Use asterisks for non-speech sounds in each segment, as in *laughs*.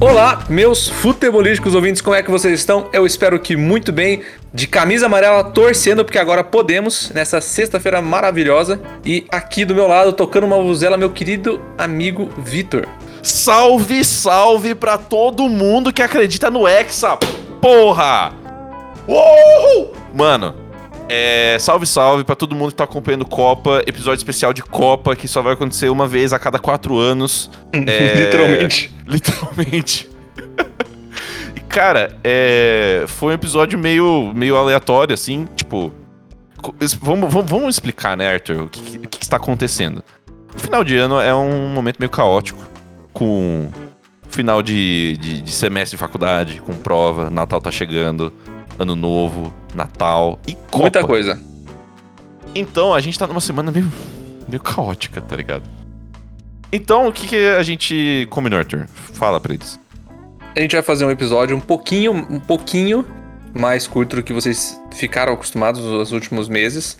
Olá, meus futebolísticos ouvintes, como é que vocês estão? Eu espero que muito bem, de camisa amarela, torcendo, porque agora podemos, nessa sexta-feira maravilhosa. E aqui do meu lado, tocando uma vuzela, meu querido amigo Vitor. Salve, salve pra todo mundo que acredita no Hexa, porra! Uhul! Mano, é, salve, salve pra todo mundo que tá acompanhando Copa, episódio especial de Copa, que só vai acontecer uma vez a cada quatro anos. É, Literalmente. Literalmente. e, cara, é, foi um episódio meio, meio aleatório, assim, tipo... co- es- Vamos, vamos, vamos explicar, né, Arthur, o que, que, o que que está acontecendo. O final de ano é um momento meio caótico, com final de, de, de semestre de faculdade, com prova, Natal tá chegando, Ano Novo, Natal e Copa. *laughs* Muita coisa. Então, a gente tá numa semana meio, meio caótica, tá ligado? Então, o que, que a gente combinou, Arthur? Fala pra eles. A gente vai fazer um episódio um pouquinho, um pouquinho mais curto do que vocês ficaram acostumados nos últimos meses,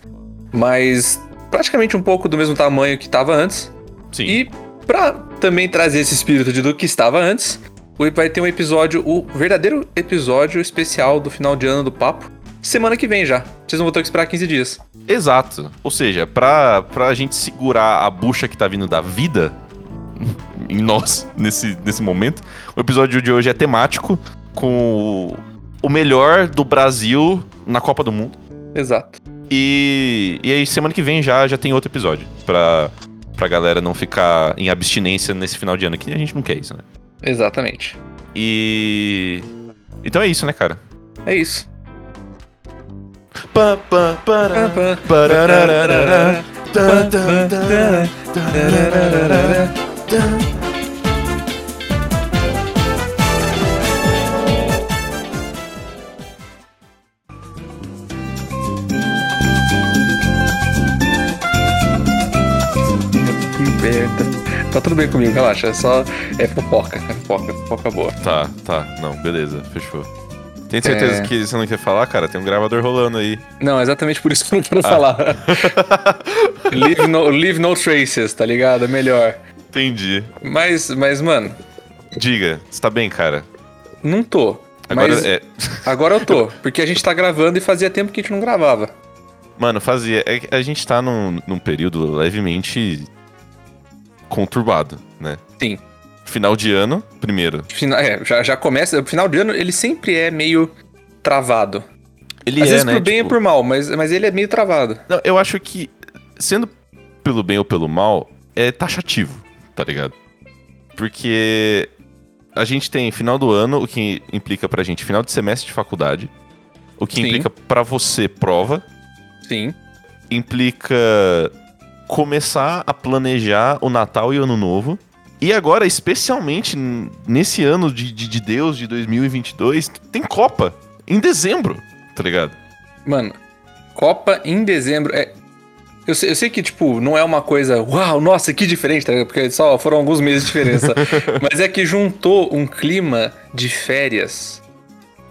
mas praticamente um pouco do mesmo tamanho que estava antes. Sim. E pra também trazer esse espírito de do que estava antes, o- vai ter um episódio, o verdadeiro episódio especial do final de ano do papo, semana que vem já. Vocês não vão ter que esperar 15 dias. Exato. Ou seja, pra, pra gente segurar a bucha que tá vindo da vida *laughs* em nós, nesse, nesse momento, o episódio de hoje é temático com o- o melhor do Brasil na Copa do Mundo. Exato. E, e aí, semana que vem já, já tem outro episódio pra, pra galera não ficar em abstinência nesse final de ano, que a gente não quer isso, né? Exatamente. E. Então é isso, né, cara? É isso. Pam, pam, pará, pararararará, tan, tan, tan, tararararará. Tá tudo bem comigo, relaxa. É só. É fofoca. É fofoca, fofoca boa. Tá, tá. Não, beleza, fechou. Tem É. certeza que você não quer falar, cara? Tem um gravador rolando aí. Não, é exatamente por isso que eu não quero falar. leave, no, leave no traces, tá ligado? É melhor. Entendi. Mas, mas, mano, Diga, você tá bem, cara? não tô. Agora mas é. *laughs* agora eu tô. Porque a gente tá gravando e fazia tempo que a gente não gravava. Mano, fazia. é que a gente tá num, num período levemente conturbado, né? Sim. Final de ano, primeiro. Fina- é, já, já começa. O final de ano ele sempre é meio travado. Ele Às é, vezes né, por bem tipo- ou por mal, mas, mas ele é meio travado. Não, eu acho que, sendo pelo bem ou pelo mal, é taxativo, tá ligado? Porque a gente tem final do ano, o que implica pra gente final de semestre de faculdade, o que Sim. implica pra você prova, Sim. implica começar a planejar o Natal e o Ano Novo. E agora, especialmente n- nesse ano de, de, de Deus de 2022, tem Copa em dezembro, tá ligado? Mano, Copa em dezembro é. Eu sei, eu sei que, tipo, não é uma coisa, uau, nossa, que diferente, tá ligado? Porque só foram alguns meses de diferença. *laughs* Mas é que juntou um clima de férias.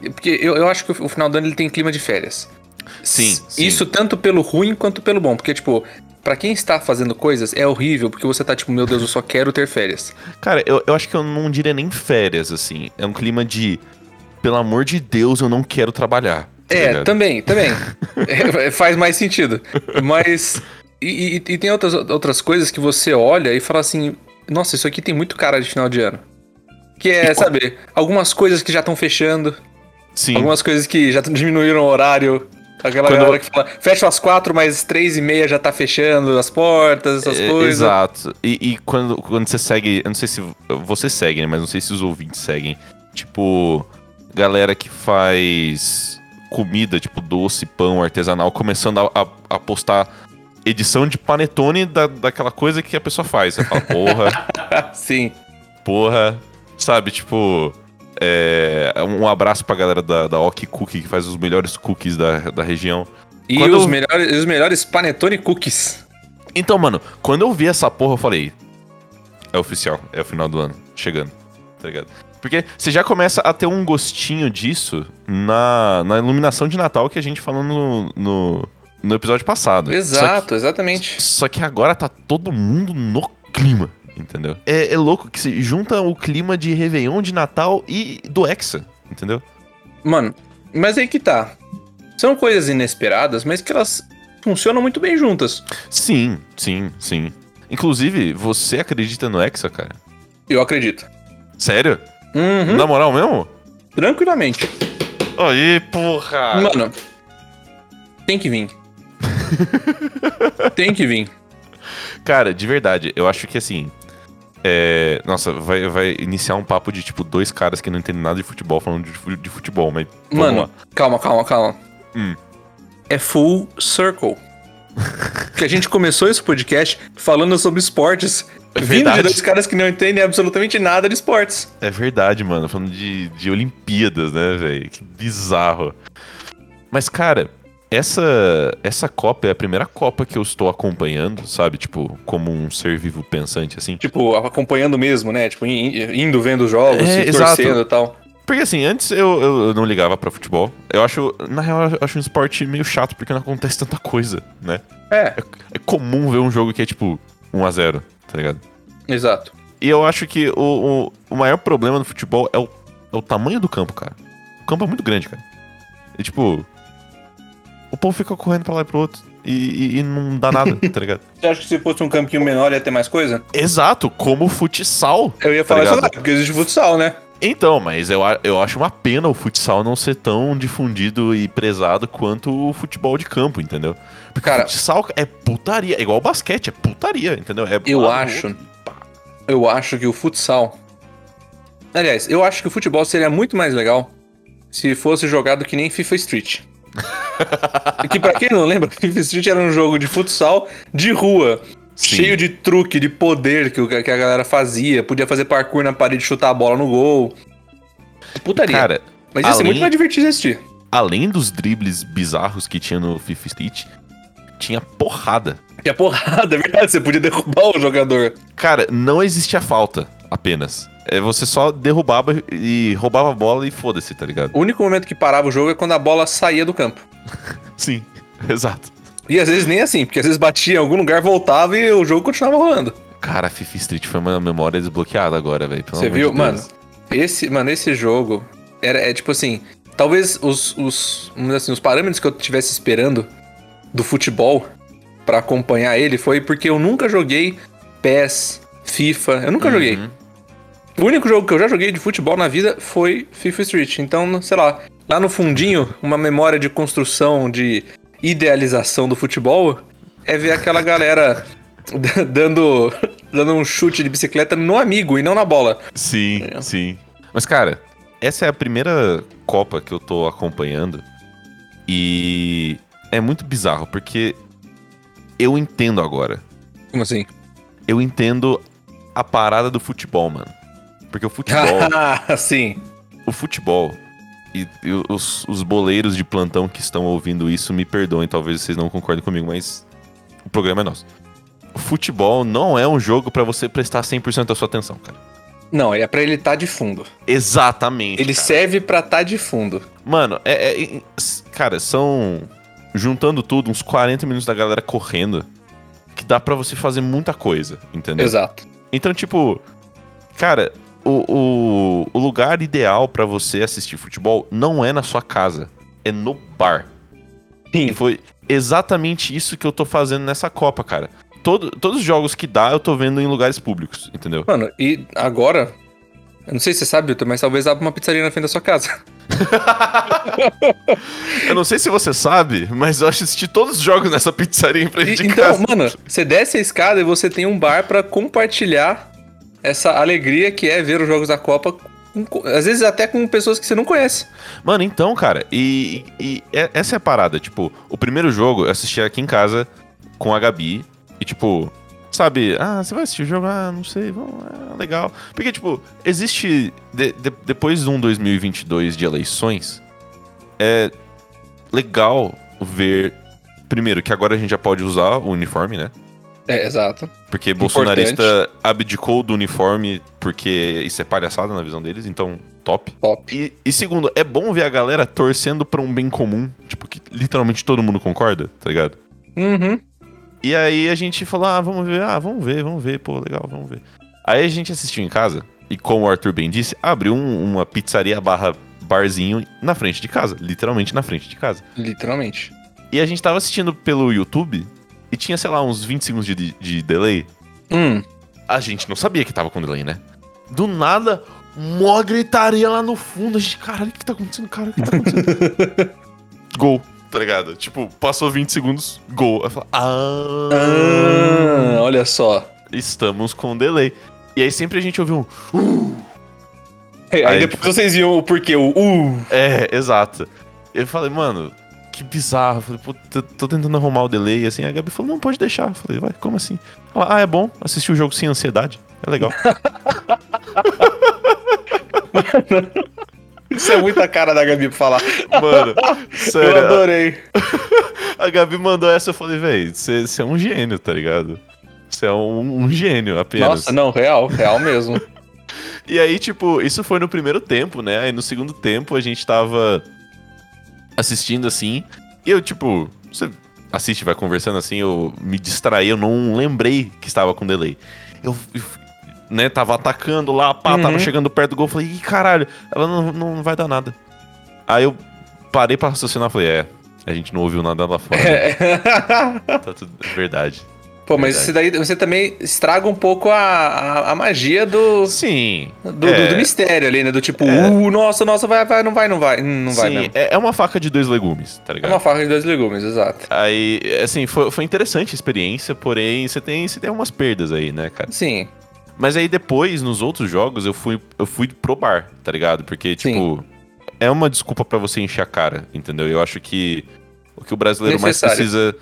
Porque eu, eu acho que o final do ano ele tem clima de férias. Sim, S- sim. Isso tanto pelo ruim quanto pelo bom. Porque, tipo, pra quem está fazendo coisas, é horrível, porque você tá, tipo, meu Deus, eu só quero ter férias. Cara, eu, eu acho que eu não diria nem férias, assim. É um clima de, pelo amor de Deus, eu não quero trabalhar. tá É, ligado? também, *laughs* também. É, faz mais sentido. Mas. E, e- e tem outras, outras coisas que você olha e fala assim: nossa, isso aqui tem muito cara de final de ano. Que é, E qual- sabe, algumas coisas que já estão fechando, Tipo- Sim. algumas coisas que já tão- diminuíram o horário. Aquela Quando- galera que fala, fecha às quatro, mas três e meia já tá fechando as portas, essas É, coisas. Exato. E, e quando, quando você segue, eu não sei se você segue, né, mas não sei se os ouvintes seguem. Tipo, galera que faz comida, tipo doce, pão artesanal, começando a, a, a postar edição de panetone da, daquela coisa que a pessoa faz. Você fala, porra. Ah, Sim. porra, sabe, tipo. É, um abraço pra galera da, da Ok Cookie, que faz os melhores cookies da, da região. E Quando os, eu- melhores, os melhores panetone cookies. Então, mano, quando eu vi essa porra, eu falei. É oficial, é o final do ano, chegando, tá ligado? Porque você já começa a ter um gostinho disso na, na iluminação de Natal que a gente falou no, no, no episódio passado. Exato, exatamente. Só que agora tá todo mundo no clima, entendeu? É, é louco que se junta o clima de Réveillon, de Natal e do Hexa, entendeu? Mano, mas aí que tá. São coisas inesperadas, mas que elas funcionam muito bem juntas. Sim, sim, sim. Inclusive, você acredita no Hexa, cara? Eu acredito. Sério? Uhum, Na moral mesmo? tranquilamente. Aí, porra! Mano, tem que vir. tem que vir. Cara, de verdade, eu acho que assim. é, Nossa, vai, vai iniciar um papo de tipo dois caras que não entendem nada de futebol falando de, fu- de futebol, mas. vamos Mano, lá. calma, calma, calma. Hum. É full circle. que a gente começou esse podcast falando sobre esportes. Vindo É verdade. de dois caras que não entendem absolutamente nada de esportes. É verdade, mano. Falando de, de Olimpíadas, né, velho? Que bizarro. Mas, cara, essa, essa Copa é a primeira Copa que eu estou acompanhando, sabe? Tipo, como um ser vivo pensante, assim. Tipo, acompanhando mesmo, né? Tipo, in- indo vendo os jogos, É, se exato. torcendo e tal. Porque assim, antes eu, eu, eu não ligava pra futebol. Eu acho, na real, eu acho um esporte meio chato porque não acontece tanta coisa, né? É, É comum ver um jogo que é tipo 1x0, tá ligado? exato. E eu acho que o, o, o maior problema do futebol é o, é o tamanho do campo, cara. O campo é muito grande, cara. E tipo. O povo fica correndo pra lá e pro outro. E, e- e não dá nada, tá ligado? Você acha que se fosse um campinho menor ia ter mais coisa? Exato, como o futsal. Eu ia Tá falar isso ligado? lá, porque existe futsal, né? Então, mas eu, a- eu acho uma pena o futsal não ser tão difundido e prezado quanto o futebol de campo, entendeu? Porque Cara- futsal é putaria, é igual o basquete, é putaria, entendeu? É Eu lado, acho. outro, pá. Eu acho que o futsal. Aliás, eu acho que o futebol seria muito mais legal se fosse jogado que nem FIFA *laughs* Street. que pra quem não lembra, *laughs* FIFA Street era um jogo de futsal de rua. Sim. Cheio de truque, de poder que, o- que a galera fazia. Podia fazer parkour na parede, chutar a bola no gol. Putaria. Cara, Mas ia ser além- muito mais divertido de assistir. além dos dribles bizarros que tinha no FIFA Street, tinha porrada. E a porrada, *laughs* é verdade. Você podia derrubar o jogador. Cara, não existia falta, apenas. É, você só derrubava e roubava a bola e foda-se, tá ligado? O único momento que parava o jogo é quando a bola saía do campo. Sim, *laughs* exato. E às vezes nem assim, porque às vezes batia em algum lugar, voltava e o jogo continuava rolando. Cara, FIFA Street foi uma memória desbloqueada agora, velho. pelo Você amor viu? de mano, Deus. esse, mano, esse jogo era, é tipo assim, talvez os, os, vamos dizer assim, os parâmetros que eu tivesse esperando do futebol pra acompanhar ele foi porque eu nunca joguei PES, FIFA, eu nunca joguei. Uhum. O único jogo que eu já joguei de futebol na vida foi FIFA Street. Então, sei lá, lá no fundinho, uma memória de construção, de idealização do futebol é ver aquela galera *laughs* d- dando, dando um chute de bicicleta no amigo e não na bola. Sim, É. sim. Mas, cara, essa é a primeira Copa que eu tô acompanhando. E é muito bizarro, porque eu entendo agora. Como assim? Eu entendo a parada do futebol, mano. Porque o futebol, *laughs* Ah, sim. o futebol e, e os, os boleiros de plantão que estão ouvindo isso me perdoem, talvez vocês não concordem comigo, mas o programa é nosso. O futebol não é um jogo pra você prestar 100% da sua atenção, cara. Não, é pra ele estar de fundo. Exatamente. Ele cara. serve pra estar de fundo. Mano, é, é- é- s- Cara, são. Juntando tudo, uns 40 minutos da galera correndo. Que dá pra você fazer muita coisa, entendeu? Exato. Então, tipo. Cara, o, o, o lugar ideal pra você assistir futebol não é na sua casa, é no bar. E Sim. foi exatamente isso que eu tô fazendo nessa Copa, cara. Todo, todos os jogos que dá, eu tô vendo em lugares públicos, entendeu? Mano, e agora? Eu não sei se você sabe, Vitor, mas talvez abra uma pizzaria na frente da sua casa. Eu não sei se você sabe, mas eu assisti todos os jogos nessa pizzaria em frente E- *laughs* de então, casa. mano, você desce a escada e você tem um bar pra compartilhar essa alegria que é ver os jogos da Copa, com- com- às vezes até com pessoas que você não conhece. Mano, então, cara, e, e- e é- essa é a parada. Tipo, o primeiro jogo eu assisti aqui em casa com a Gabi. E, tipo, sabe, ah, você vai assistir o jogo? Ah, não sei, vamos, ah, legal. Porque, tipo, existe. de- de- depois de um 2022 de eleições, é legal ver. Primeiro, que agora a gente já pode usar o uniforme, né? É, exato. Porque bolsonarista abdicou do uniforme porque isso é palhaçada na visão deles, então top. Top. E, e segundo, é bom ver a galera torcendo pra um bem comum, tipo, que literalmente todo mundo concorda, tá ligado? Uhum. E aí a gente falou, ah, vamos ver, ah, vamos ver, vamos ver, pô, legal, vamos ver. Aí a gente assistiu em casa e, como o Arthur bem disse, abriu um- uma pizzaria barra barzinho na frente de casa, literalmente na frente de casa. Literalmente. E a gente tava assistindo pelo YouTube e tinha, sei lá, uns 20 segundos de, de delay. Hum. A gente não sabia que tava com delay, né? Do nada, mó gritaria lá no fundo. A gente, caralho, o que tá acontecendo? Cara, o que tá acontecendo? *laughs* gol, tá ligado? Tipo, passou 20 segundos, gol. Aí fala, ah, Ah, olha só. estamos com delay. E aí sempre a gente ouviu um. É, Aí- aí depois vocês viam o porquê, o uh. É, exato. Eu falei, mano, que bizarro. Eu falei, pô, tô, tô tentando arrumar o delay, assim. A Gabi falou, não, pode deixar. Eu falei, vai, como assim? Ela, ah, é bom assistir o jogo sem ansiedade. É legal. *laughs* Isso é muita cara da Gabi pra falar. mano, Eu sério. adorei. A Gabi mandou essa, eu falei, véi, você você é um gênio, tá ligado? Você é um, um gênio apenas. Nossa, não, real, real *laughs* mesmo. E aí, tipo, isso foi no primeiro tempo, né? Aí no segundo tempo a gente tava assistindo assim. E eu, tipo, você assiste, vai conversando assim, eu me distraí, eu não lembrei que estava com delay. Eu, eu, né, tava atacando lá, pá, Uhum. tava chegando perto do gol, falei, ih, caralho, ela não, não vai dar nada. Aí eu parei pra raciocinar, falei, é, a gente não ouviu nada *laughs* lá fora. né? É. Tá tudo é verdade. Pô, mas isso daí você também estraga um pouco a, a, a magia do, Sim. do, do- é. do mistério ali, né? Do tipo, É. uh, nossa, nossa, vai, vai, não vai, não vai. Hum, Não vai Sim, mesmo. é, é uma faca de dois legumes, tá ligado? É uma faca de dois legumes, exato. Aí, assim, foi, foi interessante a experiência, porém, você tem, você tem umas perdas aí, né, cara? Sim. Mas aí depois, nos outros jogos, eu fui, eu fui pro bar, tá ligado? Porque, Sim. tipo, é uma desculpa pra você encher a cara, entendeu? Eu acho que o que o brasileiro mais Necessário. precisa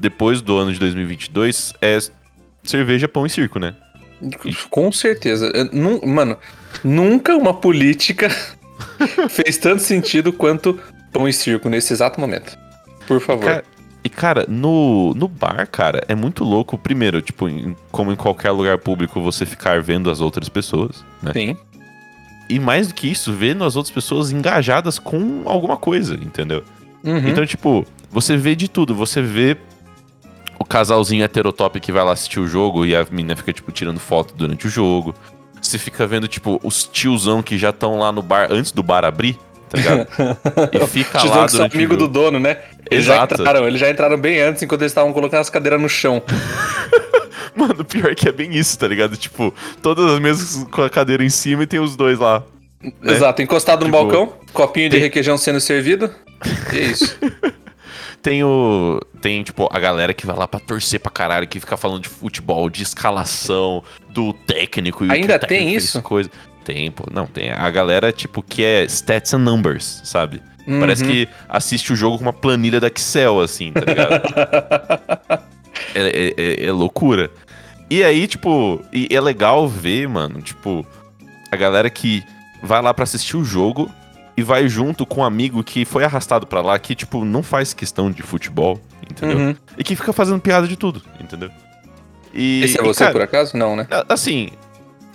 depois do ano de 2022 é cerveja, pão e circo, né? Com certeza. Eu nu- mano, nunca uma política *laughs* fez tanto sentido quanto pão e circo nesse exato momento. Por favor. Cara, e, cara, no, no bar, cara, é muito louco, primeiro, tipo, em- como em qualquer lugar público, você ficar vendo as outras pessoas, né? Sim. E mais do que isso, vendo as outras pessoas engajadas com alguma coisa, entendeu? Uhum. Então, tipo, você vê de tudo. Você vê o casalzinho heterotop que vai lá assistir o jogo e a menina fica, tipo, tirando foto durante o jogo. Você fica vendo, tipo, os tiozão que já estão lá no bar antes do bar abrir, tá ligado? *laughs* E fica Tiozão lá que são durante o amigo do jogo. dono, né? Eles Exato. já entraram, eles já entraram bem antes, enquanto eles estavam colocando as cadeiras no chão. *laughs* Mano, pior que é bem isso, tá ligado? Tipo, todas as mesas com a cadeira em cima e tem os dois lá. É. Exato, encostado no Tipo, balcão, copinho de tem- requeijão sendo servido. E é isso. Tem o. Tem, tipo, a galera que vai lá pra torcer pra caralho, que fica falando de futebol, de escalação, do técnico e o que Ainda o técnico tem fez isso? Coisa. Tem, pô. Não, tem. A galera, tipo, que é stats and numbers, sabe? *laughs* Parece Uhum. que assiste o jogo com uma planilha da Excel, assim, tá ligado? é, é- é- é loucura. E aí, tipo, e é legal ver, mano, tipo, a galera que vai lá pra assistir o jogo e vai junto com um amigo que foi arrastado pra lá, que, tipo, não faz questão de futebol, *laughs* entendeu? Uhum. E que fica fazendo piada de tudo, entendeu? E, Esse é e, você, cara, por acaso? Não, né? a- assim,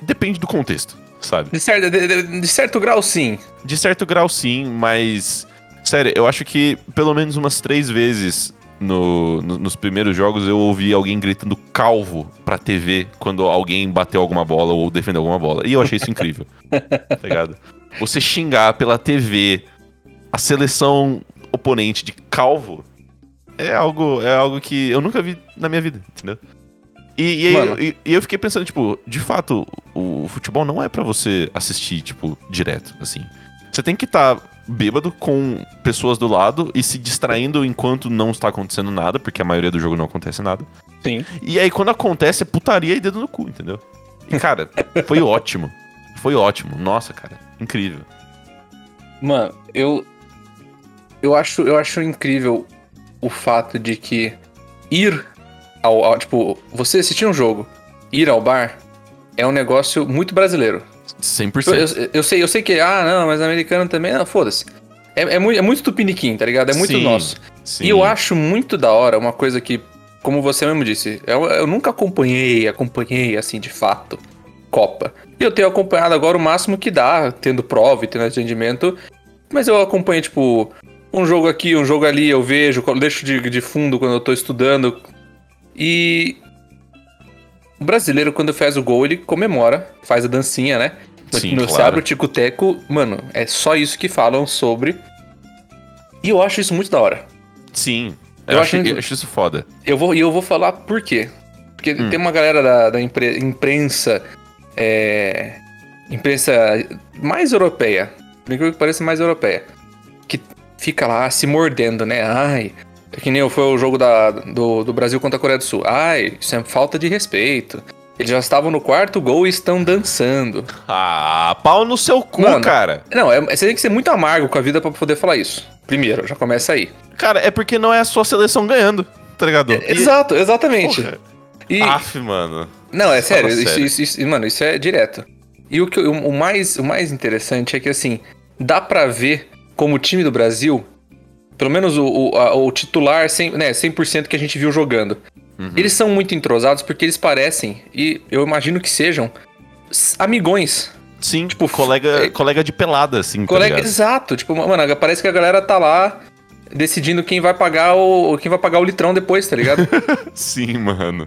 depende do contexto, sabe? De certo, de- de- de certo grau, sim. De certo grau, sim, mas. Sério, eu acho que pelo menos umas três vezes no- no- nos primeiros jogos eu ouvi alguém gritando calvo pra TV quando alguém bateu alguma bola ou defendeu alguma bola. E eu achei isso incrível. tá ligado? Você xingar pela TV a seleção oponente de calvo é algo, é algo que eu nunca vi na minha vida, entendeu? E, e aí- Mano. e- e eu fiquei pensando, tipo, de fato, o, o futebol não é pra você assistir, tipo, direto, assim. Você tem que estar bêbado com pessoas do lado e se distraindo enquanto não está acontecendo nada, porque a maioria do jogo não acontece nada. Sim. E aí quando acontece é putaria e dedo no cu, entendeu? E cara, foi ótimo. Foi ótimo. Nossa, cara, incrível. Mano, eu. Eu acho, eu acho incrível o fato de que ir ao, ao- Tipo, você assistir um jogo, ir ao bar, é um negócio muito brasileiro. 100%. Eu, eu- eu sei, eu sei que, ah, não, mas americano também, não, foda-se. É, é muito, é muito tupiniquim, tá ligado? É muito Sim, nosso. Sim. E eu acho muito da hora uma coisa que como você mesmo disse, eu, eu nunca acompanhei, acompanhei assim de fato Copa. E eu tenho acompanhado agora o máximo que dá, tendo prova e tendo atendimento. Mas eu acompanho, tipo, um jogo aqui, um jogo ali, eu vejo, co- deixo de, de fundo quando eu tô estudando. E. O brasileiro, quando faz o gol, ele comemora, faz a dancinha, né? Sim, no, claro. Se abre o tico-teco, mano, é só isso que falam sobre. E eu acho isso muito da hora. Sim. Eu Eu, acho acho, que- eu acho isso foda. Eu vou, e eu vou falar por quê. Porque Hum. tem uma galera da, da impre- imprensa. é, imprensa mais europeia. Por incrível que pareça, mais europeia. Que fica lá se mordendo, né? Ai. é Que nem foi o jogo da- do, do Brasil contra a Coreia do Sul. Ai, isso é falta de respeito. Eles já estavam no quarto gol e estão dançando. Ah, pau no seu cu, Mano. cara. Não, é- você tem que ser muito amargo com a vida pra poder falar isso. Primeiro, já começa aí. Cara, é porque não é a sua seleção ganhando, tá ligado? E- Exato, É, exatamente. Porra. E, Aff, mano. Não, é Fala sério, isso, sério. isso- isso- mano, isso é direto. E o, que, eu- o, mais, o mais interessante é que, assim, dá pra ver como o time do Brasil, pelo menos o, o, a- o titular, 100, né, 100% que a gente viu jogando, Uhum. eles são muito entrosados porque eles parecem, e eu imagino que sejam, s- amigões. Sim, tipo, colega, é- colega de pelada, assim, Colega, tá ligado? exato. Tipo, mano, parece que a galera tá lá decidindo quem vai pagar o, quem vai pagar o litrão depois, tá *laughs* ligado? Sim, mano.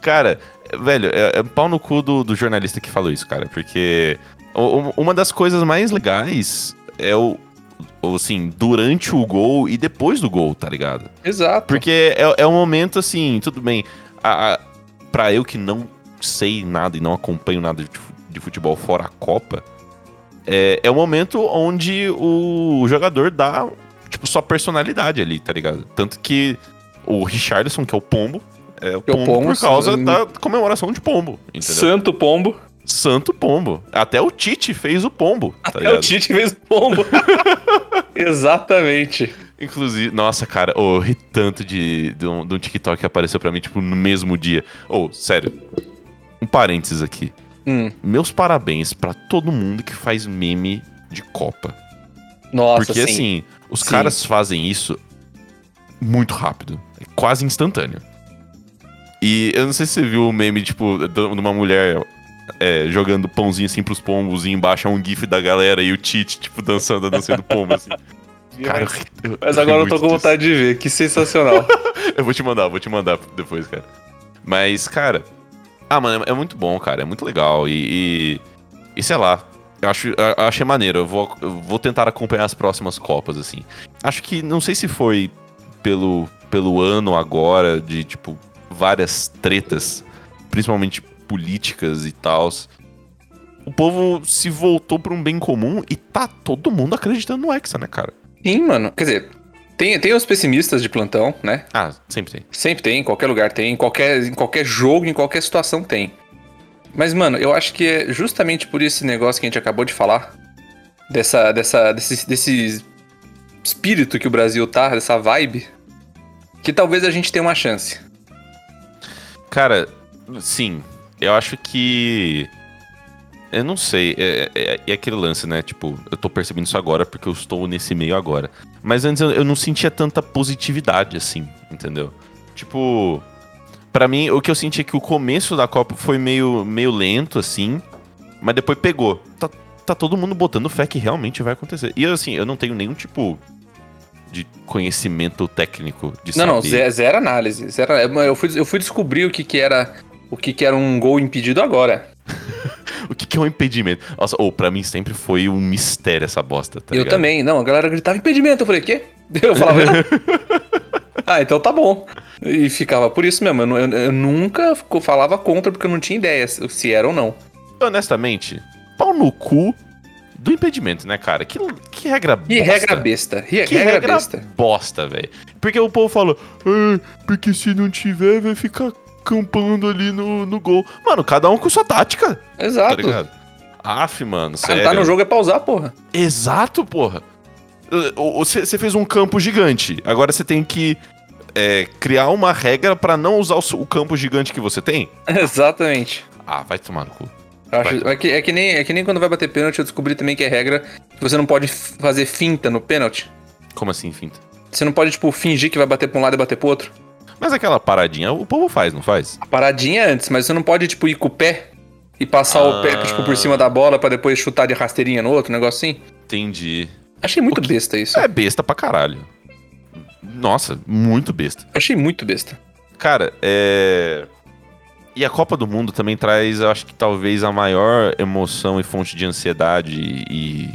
Cara, velho, é, é pau no cu do, do jornalista que falou isso, cara, porque o- o- uma das coisas mais legais é o, o, assim, durante o gol e depois do gol, tá ligado? exato. Porque é, é um momento assim, tudo bem. A, a- pra eu que não sei nada e não acompanho nada de, fu- de futebol fora a Copa, é, é um momento onde o jogador dá, tipo, sua personalidade ali, tá ligado? Tanto que o Richardson, que é o pombo, é o é o pombo, pombo, por causa sim. da comemoração de pombo, entendeu? Santo pombo. Santo pombo. Até o Tite fez o pombo, tá É o ligado? Tite fez o pombo. *laughs* Exatamente. Inclusive, nossa, cara, ô, eu ri tanto de, de, um, de um TikTok que apareceu pra mim, tipo, no mesmo dia. Ô, sério, um parênteses aqui. Hum, Meus parabéns pra todo mundo que faz meme de Copa. nossa, Porque, sim. assim, os Sim. caras fazem isso muito rápido. É quase instantâneo. E eu não sei se você viu o meme, tipo, de de uma mulher é, jogando pãozinho assim pros pombos e embaixo é um gif da galera e o Tite, tipo, dançando a dança do *laughs* pombo, assim. Cara, eu ri- eu- Mas eu ri agora eu tô muito com disso. vontade de ver, que sensacional. *laughs* Eu vou te mandar, vou te mandar depois, cara. Mas, cara. Ah, mano, é é muito bom, cara. É muito legal. E. E, e sei lá. Eu, acho, eu achei maneiro. Eu vou, eu vou tentar acompanhar as próximas Copas, assim. Acho que. Não sei se foi pelo, pelo ano agora, de, tipo, várias tretas, principalmente políticas e tal. O povo se voltou pra um bem comum e tá todo mundo acreditando no Hexa, né, cara? Sim, mano. Quer dizer, tem, tem os pessimistas de plantão, né? Ah, sempre tem. Sempre tem, em qualquer lugar tem, em qualquer, em qualquer jogo, em qualquer situação tem. Mas, mano, eu acho que é justamente por esse negócio que a gente acabou de falar, dessa, dessa, desse, desse espírito que o Brasil tá, dessa vibe, que talvez a gente tenha uma chance. Cara, sim. Eu acho que. Eu não sei. É, é- é aquele lance, né? Tipo, eu tô percebendo isso agora porque eu estou nesse meio agora. Mas antes eu, eu não sentia tanta positividade assim, entendeu? Tipo. Pra mim, o que eu senti é que o começo da Copa foi meio, meio lento, assim. Mas depois pegou. Tá, tá todo mundo botando fé que realmente vai acontecer. E eu, assim, eu não tenho nenhum tipo de conhecimento técnico de Não, não, saber. zero, zero análise. Zero, eu, fui, eu fui descobrir o que, que era o que, que era um gol impedido agora. O que, que é um impedimento? Nossa, ou pra mim sempre foi um mistério essa bosta, tá eu ligado? também, não, a galera gritava impedimento, eu falei, quê? *laughs* Eu falava, *laughs* ah, então tá bom. E ficava por isso mesmo, eu, nu- eu- eu nunca fico- falava contra porque eu não tinha ideia se se era ou não. Honestamente, pau no cu do impedimento, né, cara? Que, que regra bosta. E regra besta, re- Que regra, regra besta. bosta, velho. Porque o povo fala, "É, porque se não tiver, vai ficar campando ali no, no gol. Mano, cada um com sua tática, tá Exato. ligado? Af, mano, sério. Cantar no jogo é pausar, *laughs* porra. Exato, porra. Você fez um campo gigante. Agora você tem que é, criar uma regra pra não usar o, seu- o campo gigante que você tem. Exatamente. Ah, vai tomar no cu. Eu acho- é, que, é, que nem, é que nem quando vai bater pênalti, eu descobri também que é regra que você não pode f- fazer finta no pênalti. Como assim, finta? Você não pode, tipo, fingir que vai bater pra um lado e bater pro outro. Mas aquela paradinha o povo faz, não faz? A paradinha é antes, mas você não pode, tipo, ir com o pé e passar o pé, Ah. tipo, por cima da bola pra depois chutar de rasteirinha no outro, um negócio assim. Entendi. Achei muito O que- besta isso. Isso é besta pra caralho. Nossa, muito besta. Achei muito besta. Cara, é. E a Copa do Mundo também traz, eu acho que talvez a maior emoção e fonte de ansiedade e, e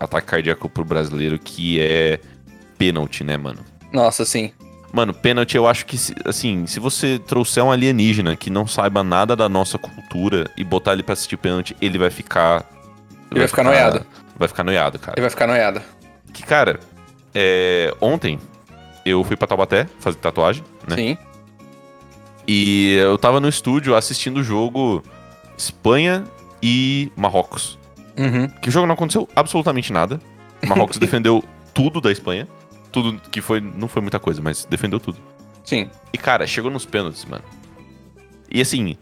ataque cardíaco pro brasileiro, que é pênalti, né, mano? Nossa, sim. Mano, pênalti eu acho que, se- assim, se você trouxer um alienígena que não saiba nada da nossa cultura e botar ele pra assistir pênalti, ele vai ficar. Ele vai ficar *laughs* noiado. Vai ficar noiado, cara. Ele vai ficar noiado. Que, cara, é, ontem eu fui pra Taubaté fazer tatuagem, né? Sim. E eu tava no estúdio assistindo o jogo Espanha e Marrocos. Uhum. Que o jogo não aconteceu absolutamente nada. O Marrocos defendeu tudo da Espanha. Tudo que foi. Não foi muita coisa, mas defendeu tudo. Sim. E, cara, chegou nos pênaltis, mano. E assim,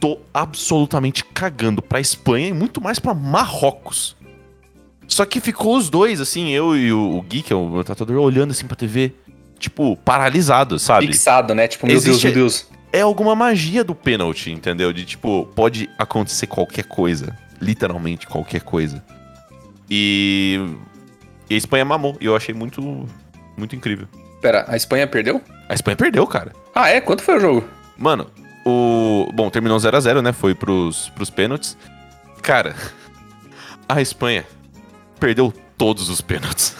tô absolutamente cagando pra Espanha e muito mais pra Marrocos. Só que ficou os dois, assim, eu e o o Gui, que é o meu tatuador, olhando assim pra TV, tipo, paralisado, sabe? Fixado, né? Tipo, meu Existe- Deus, meu Deus. É alguma magia do pênalti, entendeu? De tipo, pode acontecer qualquer coisa. Literalmente qualquer coisa. E. E a Espanha mamou. E eu achei muito. Muito incrível. Pera, a Espanha perdeu? A Espanha perdeu, cara. Ah, é? Quanto foi o jogo? Mano, o. Bom, terminou 0 a 0 né? Foi pros, pros pênaltis. Cara, *laughs* a Espanha perdeu todos os pênaltis.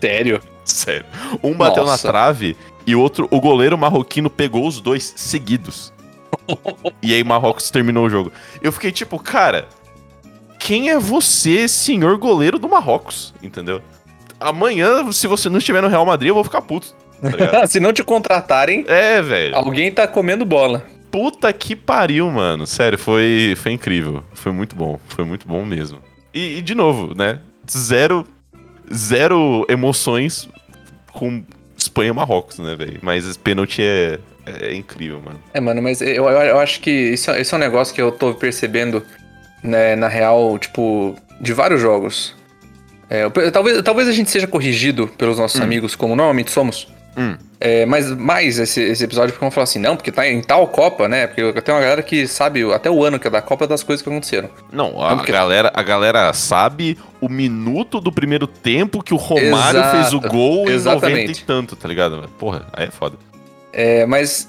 Sério? Sério. Um bateu Nossa. na trave e o outro, o goleiro marroquino pegou os dois seguidos. e aí Marrocos terminou o jogo. Eu fiquei tipo, cara, quem é você, senhor goleiro do Marrocos? Entendeu? Amanhã, se você não estiver no Real Madrid, eu vou ficar puto. tá *laughs* ligado? Se não te contratarem, é, velho. alguém tá comendo bola. Puta que pariu, mano. Sério, foi, foi incrível. Foi muito bom. Foi muito bom mesmo. E, e de novo, né? Zero, zero emoções com Espanha e Marrocos, né, velho? Mas esse pênalti é, é incrível, mano. É, mano, mas eu, eu, eu acho que isso, é- isso é um negócio que eu tô percebendo, né, na real, tipo, de vários jogos. É, eu- talvez, talvez a gente seja corrigido pelos nossos amigos, como normalmente somos. Hum. É, mas mais esse, esse episódio, porque vão falar assim, não, porque tá em tal Copa, né? Porque tem uma galera que sabe até o ano que é da Copa das coisas que aconteceram. Não, a, Não, porque- galera, a galera sabe o minuto do primeiro tempo que o Romário Exato, fez o gol em 90 exatamente. e tanto, tá ligado? Porra, aí é foda. É, mas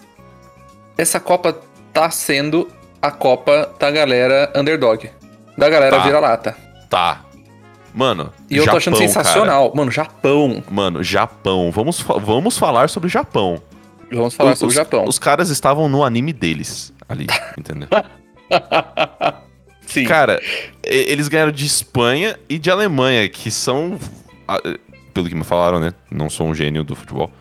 essa Copa tá sendo a Copa da galera underdog. Da galera Tá. vira-lata. Tá. Mano, E eu tô achando Japão, cara. sensacional. Mano, Japão. Mano, Japão. Vamos, fa- vamos falar sobre o Japão. Vamos falar Os- sobre o Japão. Os caras estavam no anime deles *laughs* ali, entendeu? Sim. Cara, e- eles ganharam de Espanha e de Alemanha, que são. a- Pelo que me falaram, né? Não sou um gênio do futebol.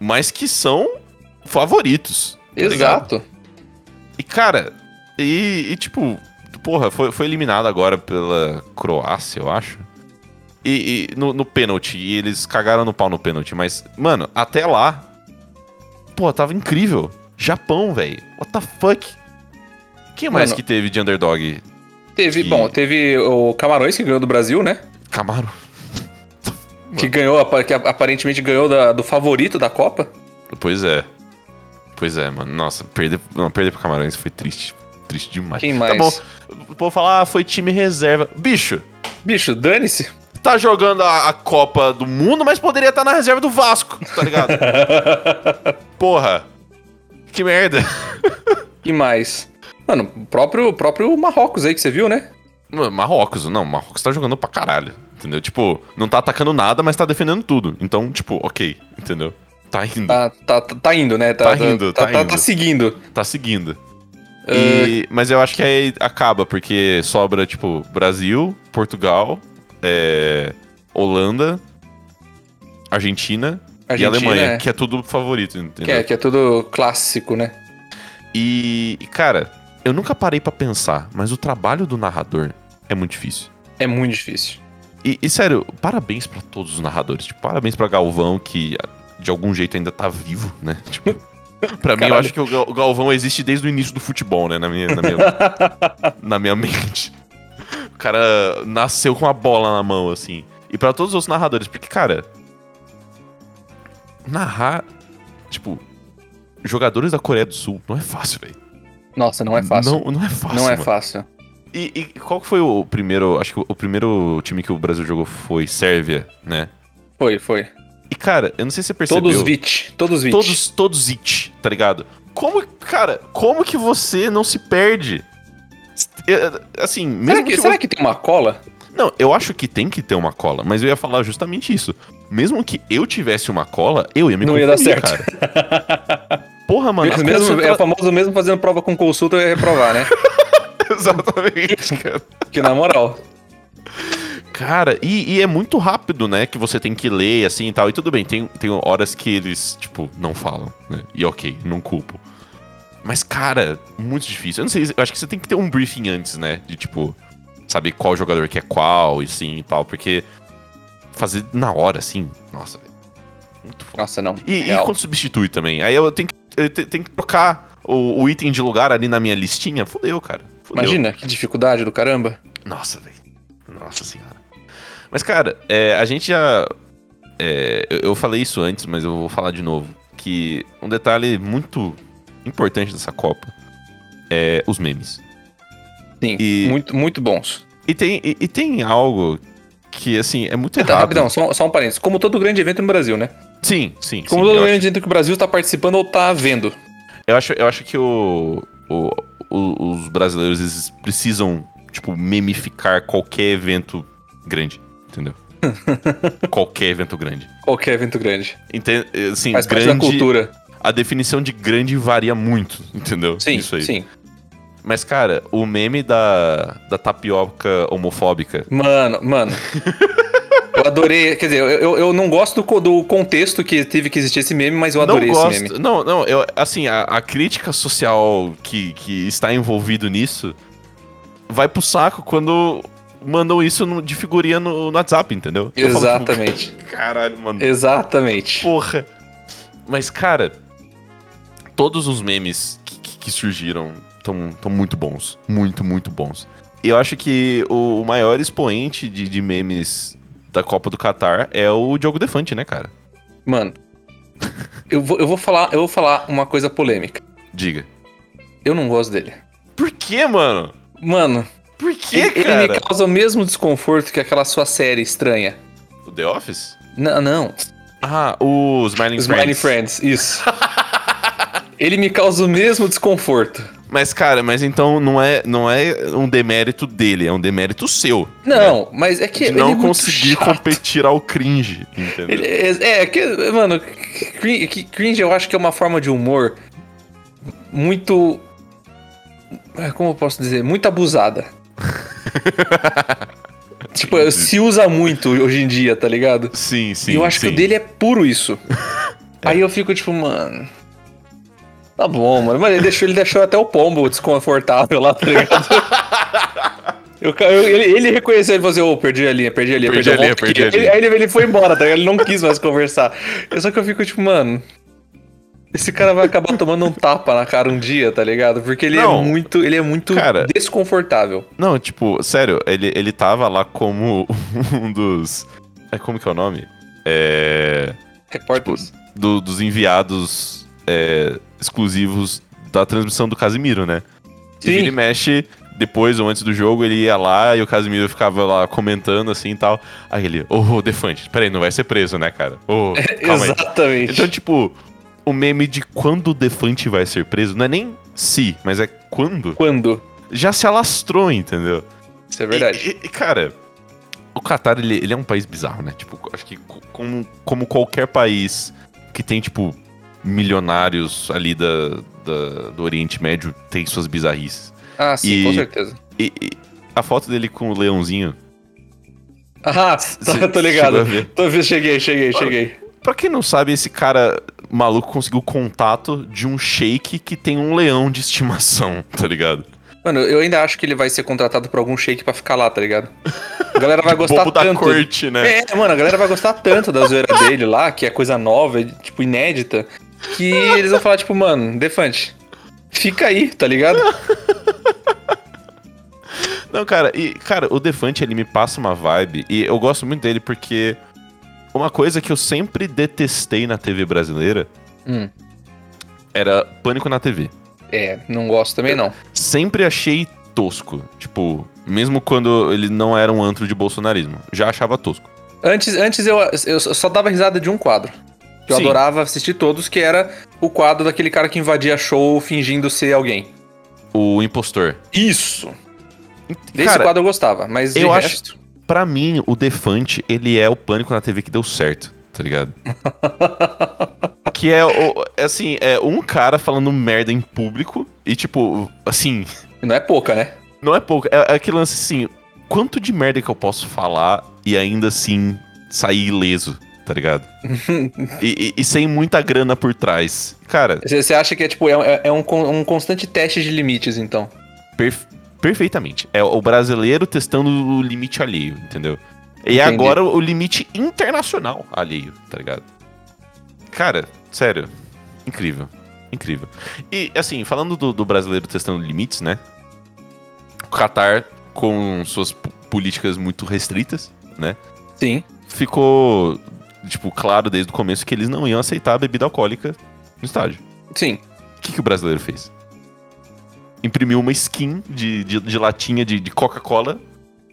Mas que são favoritos. tá ligado? Exato. E, cara, e, e, tipo, porra, foi, foi eliminado agora pela Croácia, eu acho. E, e no, no pênalti, e eles cagaram no pau no pênalti, mas, mano, até lá. Pô, tava incrível. Japão, velho. What the fuck? Quem mais Mano. que teve de underdog? Teve, Que- bom, teve o Camarões que ganhou do Brasil, né? Camaro. Que ganhou, apa- que aparentemente ganhou da- do favorito da Copa. Pois é. Pois é, mano. Nossa, perder, não, perder pro Camarões foi triste. Triste demais. Quem Tá mais? bom. O povo fala, ah, foi time reserva. Bicho, Bicho, dane-se. tá jogando a, a Copa do Mundo, mas poderia estar na reserva do Vasco, tá ligado? Porra. Que merda. E mais? Mano, o próprio, o próprio Marrocos aí que você viu, né? Mano, Marrocos, não, Marrocos tá jogando pra caralho, entendeu? Tipo, não tá atacando nada, mas tá defendendo tudo. Então, tipo, ok, entendeu? Tá indo, tá, Tá, tá, tá, tá indo, né? Tá indo, tá indo. tá seguindo. seguindo. É. E- mas eu acho que aí acaba, porque sobra, tipo, Brasil, Portugal, é, Holanda, Argentina, e Argentina, Alemanha, é. que é tudo favorito, entendeu? Que é, que é tudo clássico, né? E, e, cara, eu nunca parei pra pensar, mas o trabalho do narrador é muito difícil. É muito difícil. E, e, sério, parabéns pra todos os narradores. Tipo, parabéns pra Galvão, que ah, de algum jeito ainda tá vivo, né? *laughs* Tipo, pra mim, eu Caralho. acho que o Gal- o Galvão existe desde o início do futebol, né? Na minha, na minha, na minha mente. O cara nasceu com a bola na mão, assim. E pra todos os outros narradores, porque, cara. Narrar. Tipo, jogadores da Coreia do Sul. Não é fácil, velho. Nossa, não é fácil. Não, Não, não é fácil. é mano. fácil. E, e qual que foi o primeiro. Acho que o primeiro time que o Brasil jogou foi Sérvia, né? Foi, foi. E, cara, eu não sei se você percebeu. Todos VIT. Todos VIT. Todos, todos it, tá ligado? Como, cara, como que você não se perde? É, Assim, mesmo Será, que, que será que tem uma cola? Não, eu acho que tem que ter uma cola, mas eu ia falar justamente isso. Mesmo que eu tivesse uma cola, eu ia me Não ia dar certo. Porra, mano. a tá- Mesmo- mesmo, é o concentra- famoso mesmo fazendo prova com consulta e reprovar, *laughs* né? Exatamente, cara. Porque na moral. Cara, e, e é muito rápido, né? Que você tem que ler, assim e tal. E tudo bem, tem, tem horas que eles, tipo, não falam, né? E ok, não culpo. Mas, cara, muito difícil. Eu não sei, eu acho que você tem que ter um briefing antes, né? De, tipo, saber qual jogador que é qual e sim e tal. Porque fazer na hora, assim, nossa, velho. Muito foda. Nossa, não. E, e Real. quando substitui também? Aí eu tenho que, eu te- tenho que trocar o, o item de lugar ali na minha listinha. Fudeu, cara. Fudeu. Imagina, que dificuldade do caramba. Nossa, velho. Nossa senhora. Mas, cara, é, a gente já. é, eu- eu falei isso antes, mas eu vou falar de novo. Que um detalhe muito importante dessa Copa é os memes. Sim, E- muito, muito bons. E tem, e, e tem algo que, assim, é muito Tá, errado. rapidão, só, só um parênteses. Como todo grande evento no Brasil, né? Sim, sim. Como sim, todo eu, grande acho, evento que o Brasil está participando ou está vendo. eu, acho, eu acho que o, o- o- os brasileiros eles precisam, tipo, memificar qualquer evento grande, *laughs* entendeu? qualquer evento grande. Qualquer evento grande. Entende? Assim, Faz parte grande, da cultura. a definição de grande varia muito, entendeu? Sim, Isso aí. sim. Mas, cara, o meme da, da tapioca homofóbica. Mano, *laughs* mano. eu adorei. Quer dizer, eu, eu, eu não gosto do, co- do contexto que teve que existir esse meme, mas eu Não adorei esse meme. gosto. Não, não, eu, assim, a, a crítica social que, que está envolvido nisso vai pro saco quando mandam isso no- de figurinha no, no WhatsApp, entendeu? Eu falo, tipo, Exatamente. Caralho, *laughs* mano. Exatamente. Porra. Mas, cara, todos os memes que, que- que surgiram estão tão muito bons. Muito, muito bons. E eu acho que o, o maior expoente de, de memes da Copa do Catar é o Diogo Defante, né, cara? Mano. Eu vou, eu, vou falar, eu vou falar uma coisa polêmica. Diga. Eu não gosto dele. Por que, mano? Mano, Por que, ele, ele cara? me causa o mesmo desconforto que aquela sua série estranha. O The Office? Não, não. Ah, o Smiling, Smiley Friends. Friends, *laughs* isso. ele me causa o mesmo desconforto. Mas, cara, mas então não é, não é um demérito dele, é um demérito seu. né? Não, mas é que De ele é não muito conseguir chato. competir ao cringe, entendeu? Ele é, é que, mano, cringe, que cringe eu acho que é uma forma de humor muito. é, Como eu posso dizer? Muito *laughs* abusada. tipo, se usa muito hoje em dia, tá ligado? Sim, sim. e eu acho sim. que o dele é puro *laughs* isso. Aí eu fico tipo, mano. Tá bom, mano. Mas ele deixou, ele deixou até o pombo desconfortável lá, tá ligado? *laughs* Eu ca- eu- ele, ele reconheceu, ele falou assim, ô, perdi a linha, perdi a linha, Perdi a linha, volta aqui. perdi a Ele- linha. Aí ele, ele foi embora, tá ligado? Ele não quis mais conversar. Eu- Só que eu fico tipo, mano... Esse cara vai acabar tomando um tapa na cara um dia, tá ligado? Porque ele Não. é muito, ele é muito Cara. desconfortável. Não, tipo, sério, ele, ele tava lá como *laughs* um dos. É, como que é o nome? É. Repórteres. do- dos enviados é, exclusivos da transmissão do Casimiro, né? E vira e mexe, depois ou antes do jogo, ele ia lá e o Casimiro ficava lá comentando assim e tal. Aí ele, ô, ô, Defante, peraí, não vai ser preso, né, cara? Ô, calma aí. Exatamente. Então, tipo, o meme de quando o Defante vai ser preso, não é nem se, mas é quando, Quando? já se alastrou, entendeu? Isso é verdade. E, e- e, cara, o Qatar, ele, ele é um país bizarro, né? Tipo, acho que co- como, como qualquer país que tem, tipo, milionários ali da, da- do Oriente Médio, tem suas bizarrices. Ah, sim, E- com certeza. E, e a foto dele com o leãozinho... *laughs* Ah, cê tá, tô ligado. chegou a ver? Tô, vi- cheguei, cheguei, cheguei. Pra quem não sabe, esse cara maluco conseguiu contato de um shake que tem um leão de estimação, *laughs* tá ligado? Mano, eu ainda acho que ele vai ser contratado por algum shake pra ficar lá, tá ligado? A galera *laughs* vai gostar Bobo da tanto. corte, né? É, mano, a galera vai gostar tanto da *laughs* zoeira dele lá, que é coisa nova, tipo, inédita, que eles vão falar, tipo, mano, Defante, fica aí, tá ligado? Não, cara, e, cara, o Defante, ele me passa uma vibe, e eu gosto muito dele porque uma coisa que eu sempre detestei na TV brasileira Hum. era Pânico na TV. É, não gosto também não. Sempre achei tosco. Tipo, mesmo quando ele não era um antro de bolsonarismo. Já achava tosco. Antes, antes eu, eu só dava risada de um quadro. Que eu Sim. adorava assistir todos, que era o quadro daquele cara que invadia show fingindo ser alguém. O impostor. Isso! Desse Cara, quadro eu gostava, mas de eu acho- resto... pra mim, o Defante, ele é o pânico na TV que deu certo, tá ligado? que é, o- é assim, é um cara falando merda em público e, tipo, assim, Não é pouca, né? não é pouco. É, é aquele lance assim, quanto de merda que eu posso falar e ainda assim sair ileso, tá ligado? e, e- e sem muita grana por trás. Cara, Você você acha que é tipo, é, é- é um, con- um constante teste de limites, então. perf- perfeitamente. É o brasileiro testando o limite alheio, entendeu? E Entendi. agora o limite internacional alheio, tá ligado? Cara, sério. Incrível. Incrível. E, assim, falando do, do brasileiro testando limites, né? O Qatar, com suas po- políticas muito restritas, né? Sim. Ficou, tipo, claro desde o começo que eles não iam aceitar a bebida alcoólica no estádio. Sim. O que, que o brasileiro fez? Imprimiu uma skin de, de, de latinha de, de Coca-Cola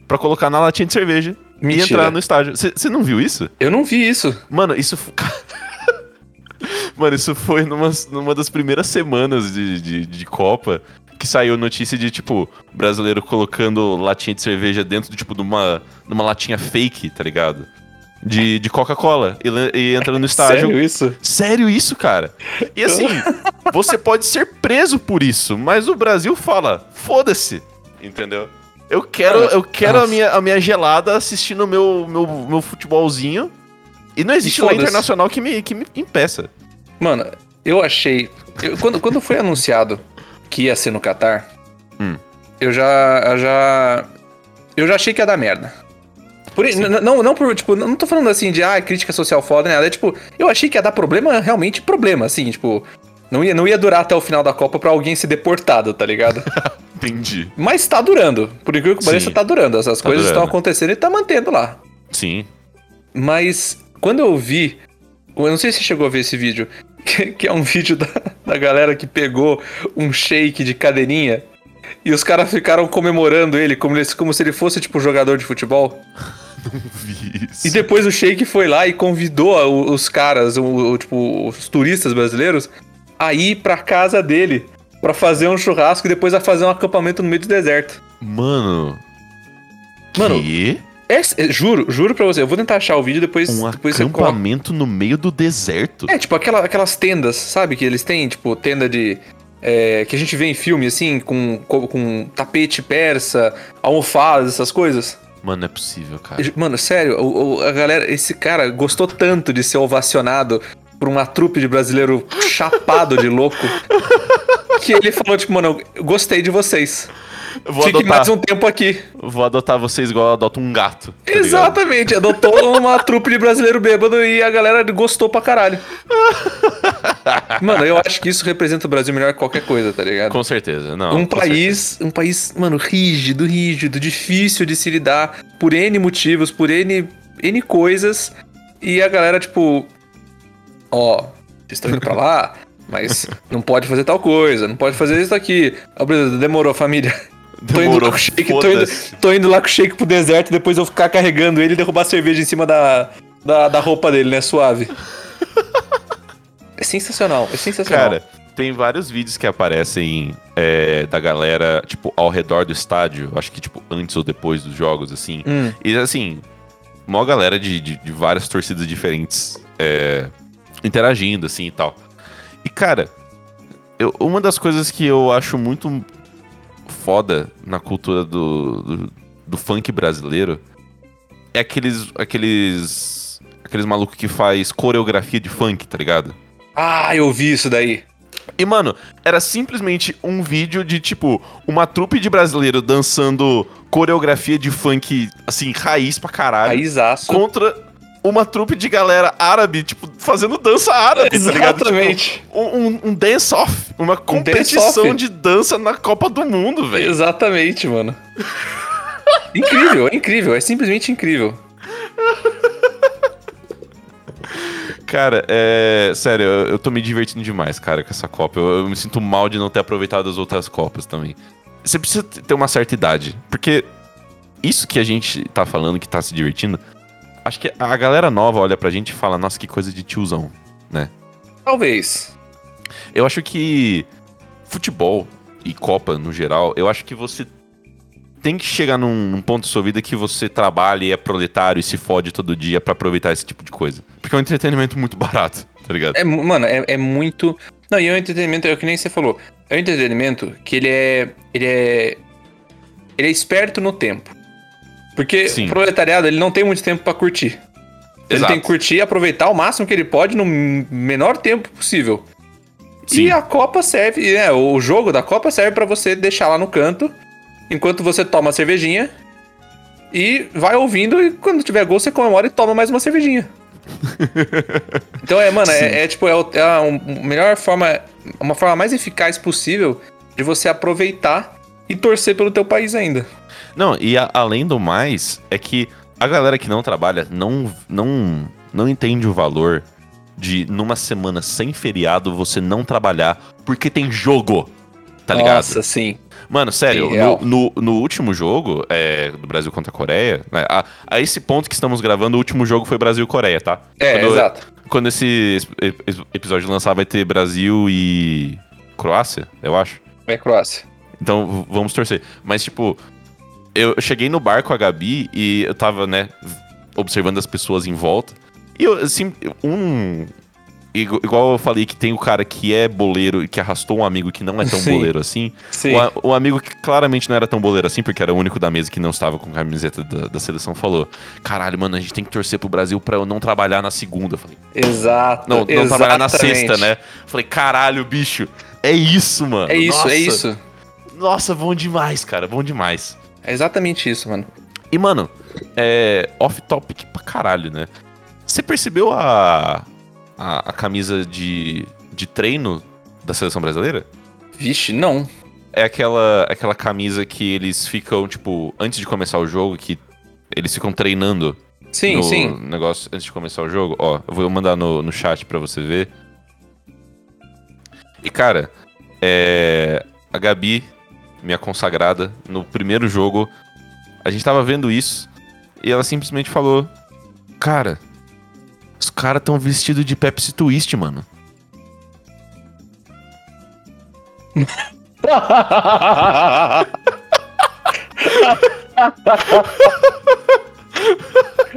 pra colocar na latinha de cerveja e Mentira. entrar no estádio. Você não viu isso? Eu não vi isso. Mano, isso. fo- *laughs* Mano, isso foi numa, numa das primeiras semanas de, de, de Copa que saiu notícia de, tipo, brasileiro colocando latinha de cerveja dentro, tipo, de uma, de uma latinha fake, tá ligado? De, de Coca-Cola e, lan- e entrando no estádio Sério isso? Sério isso, cara? *laughs* E assim, você pode ser preso por isso, mas o Brasil fala, foda-se, entendeu? Eu quero, eu quero a, Nossa. minha, a minha gelada assistindo o meu, meu, meu futebolzinho. E não existe lei foda-se. internacional que me, que me impeça. Mano, eu achei. eu- quando, quando foi anunciado que ia ser no Catar, Hum. eu já. Eu já. Eu já achei que ia dar merda. Por, i- n- não, não por, tipo, não tô falando assim de ah, crítica social foda, né? É tipo, eu achei que ia dar problema, realmente problema, assim, tipo. Não ia, não ia durar até o final da Copa pra alguém ser deportado, tá *laughs* ligado? Entendi. Mas tá durando. Por incrível que pareça, Sim. tá durando. Essas Tá coisas estão durando. acontecendo e tá mantendo lá. Sim. Mas quando eu vi. Eu não sei se você chegou a ver esse vídeo. *laughs* Que, que é um vídeo da, da galera que pegou um shake de cadeirinha. E os caras ficaram comemorando ele como, eles- como se ele fosse, tipo, jogador de futebol. Vi isso. E depois o Shake foi lá e convidou a- o- os caras, o, o- tipo, os turistas brasileiros, a ir pra casa dele pra fazer um churrasco e depois a fazer um acampamento no meio do deserto. Mano. Mano, que? É, é, juro, juro pra você. Eu vou tentar achar o vídeo depois, Um depois você coloca. acampamento no meio do deserto? É, tipo, aquela- aquelas tendas, sabe? Que eles têm, tipo, tenda de. é, que a gente vê em filme, assim, com, com, com tapete persa, almofadas, essas coisas. Mano, não é possível, cara. Mano, sério, o- o- a galera, esse cara gostou tanto de ser ovacionado por uma trupe de brasileiro chapado de *laughs* louco. Que ele falou, tipo, mano, eu gostei de vocês. Vou Fique adotar, mais um tempo aqui. vou adotar vocês igual eu adoto um gato. tá ligado? Exatamente, adotou *laughs* uma trupe de brasileiro bêbado e a galera gostou pra caralho. Mano, eu acho que isso representa o Brasil melhor que qualquer coisa, tá ligado? Com certeza, não. um com certeza. país, um país, mano, rígido, rígido, difícil de se lidar por N motivos, por N, N coisas. E a galera, tipo, ó, vocês estão indo pra lá, *laughs* mas não pode fazer tal coisa, não pode fazer isso aqui. Ó, beleza, demorou, família. Tô indo, lá Demorou, com o shake, tô, indo, foda-se. tô indo lá com o shake pro deserto, depois eu ficar carregando ele e derrubar a cerveja em cima da, da, da roupa dele, né? *laughs* Suave. É sensacional, é sensacional. Cara, tem vários vídeos que aparecem é, da galera, tipo, ao redor do estádio. Acho que, tipo, antes ou depois dos jogos, assim. Hum, E, assim, mó galera de, de, de várias torcidas diferentes é, interagindo, assim, e tal. E, cara, eu- uma das coisas que eu acho muito foda na cultura do, do, do funk brasileiro é aqueles... aqueles... Aqueles malucos que faz coreografia de funk, tá ligado? Ah, eu vi isso daí. E, mano, era simplesmente um vídeo de, tipo, uma trupe de brasileiro dançando coreografia de funk, assim, raiz pra caralho. Raizaço. Contra uma trupe de galera árabe, tipo, fazendo dança árabe, tá ligado? Exatamente. Tipo, um, um- um dance-off. Uma competição dance-off. de dança na Copa do Mundo, velho. Exatamente, mano. incrível, é incrível, é simplesmente incrível. Cara, é. Sério, eu, eu tô me divertindo demais, cara, com essa Copa. Eu, eu me sinto mal de não ter aproveitado as outras Copas também. Você precisa t- ter uma certa idade. Porque isso que a gente tá falando, que tá se divertindo, acho que a galera nova olha pra gente e fala, nossa, que coisa de tiozão. Talvez. Eu acho que futebol e Copa no geral, eu acho que você tem que chegar num, num ponto da sua vida que você trabalha e é proletário e se fode todo dia pra aproveitar esse tipo de coisa. Porque é um entretenimento muito barato, tá ligado? É, mu- mano, é, é muito. Não, e é um entretenimento, é o que nem você falou. É um entretenimento que ele é. Ele é. Ele é esperto no tempo. Porque Sim. o proletariado, ele não tem muito tempo pra curtir. Ele Exato. tem que curtir e aproveitar o máximo que ele pode no menor tempo possível. Sim. E a Copa serve, e, né, o jogo da Copa serve pra você deixar lá no canto, enquanto você toma a cervejinha e vai ouvindo e quando tiver gol você comemora e toma mais uma *laughs* cervejinha. então é, mano, é, é, tipo é, o- é a um- melhor forma, uma forma mais eficaz possível de você aproveitar e torcer pelo teu país ainda. Não, e a- além do mais, é que a galera que não trabalha não, não, não entende o valor de, numa semana sem feriado, você não trabalhar porque tem jogo. Tá ligado? Nossa, sim. Mano, sério, Bem no, real. no- no último jogo é, do Brasil contra a Coreia, né, a, a esse ponto que estamos gravando, o último jogo foi Brasil-Coreia, tá? É, Quando- exato. Quando esse es- ep- episódio lançar, vai ter Brasil e Croácia, eu acho. É Croácia. Então v- vamos torcer. Mas, tipo, eu eu cheguei no bar com a Gabi e eu tava, né, v- observando as pessoas em volta. E eu, assim, um. igu- Igual eu falei que tem o cara que é boleiro e que arrastou um amigo que não é tão Sim. boleiro assim. Sim. O, a- o amigo que claramente não era tão boleiro assim, porque era o único da mesa que não estava com camiseta da, da seleção, falou: Caralho, mano, a gente tem que torcer pro Brasil pra eu não trabalhar na segunda. Eu falei, Exato. não, não trabalhar na sexta, exatamente. né? Eu falei, caralho, bicho, é isso, mano. É isso, Nossa, é isso. Nossa, bom demais, cara, bom demais. É exatamente isso, mano. E, mano, é off-topic pra caralho, né? Você percebeu a, a, a camisa de, de treino da seleção brasileira? Vixe, não. É aquela, aquela camisa que eles ficam, tipo, antes de começar o jogo, que eles ficam treinando Sim, no sim. negócio antes de começar o jogo. Ó, eu vou mandar no, no chat pra você ver. E, cara, é, a Gabi, minha consagrada, no primeiro jogo, a gente tava vendo isso e ela simplesmente falou: Cara, os caras tão vestidos de Pepsi Twist, mano.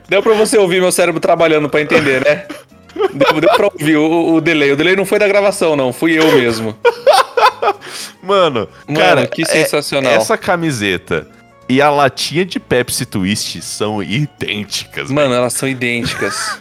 Deu pra você ouvir meu cérebro trabalhando pra entender, né? Deu, deu pra ouvir o, o delay. O delay não foi da gravação, não. Fui eu mesmo. Mano, Mano, cara, que é- sensacional. essa camiseta e a latinha de Pepsi Twist são idênticas. Mano, elas são idênticas.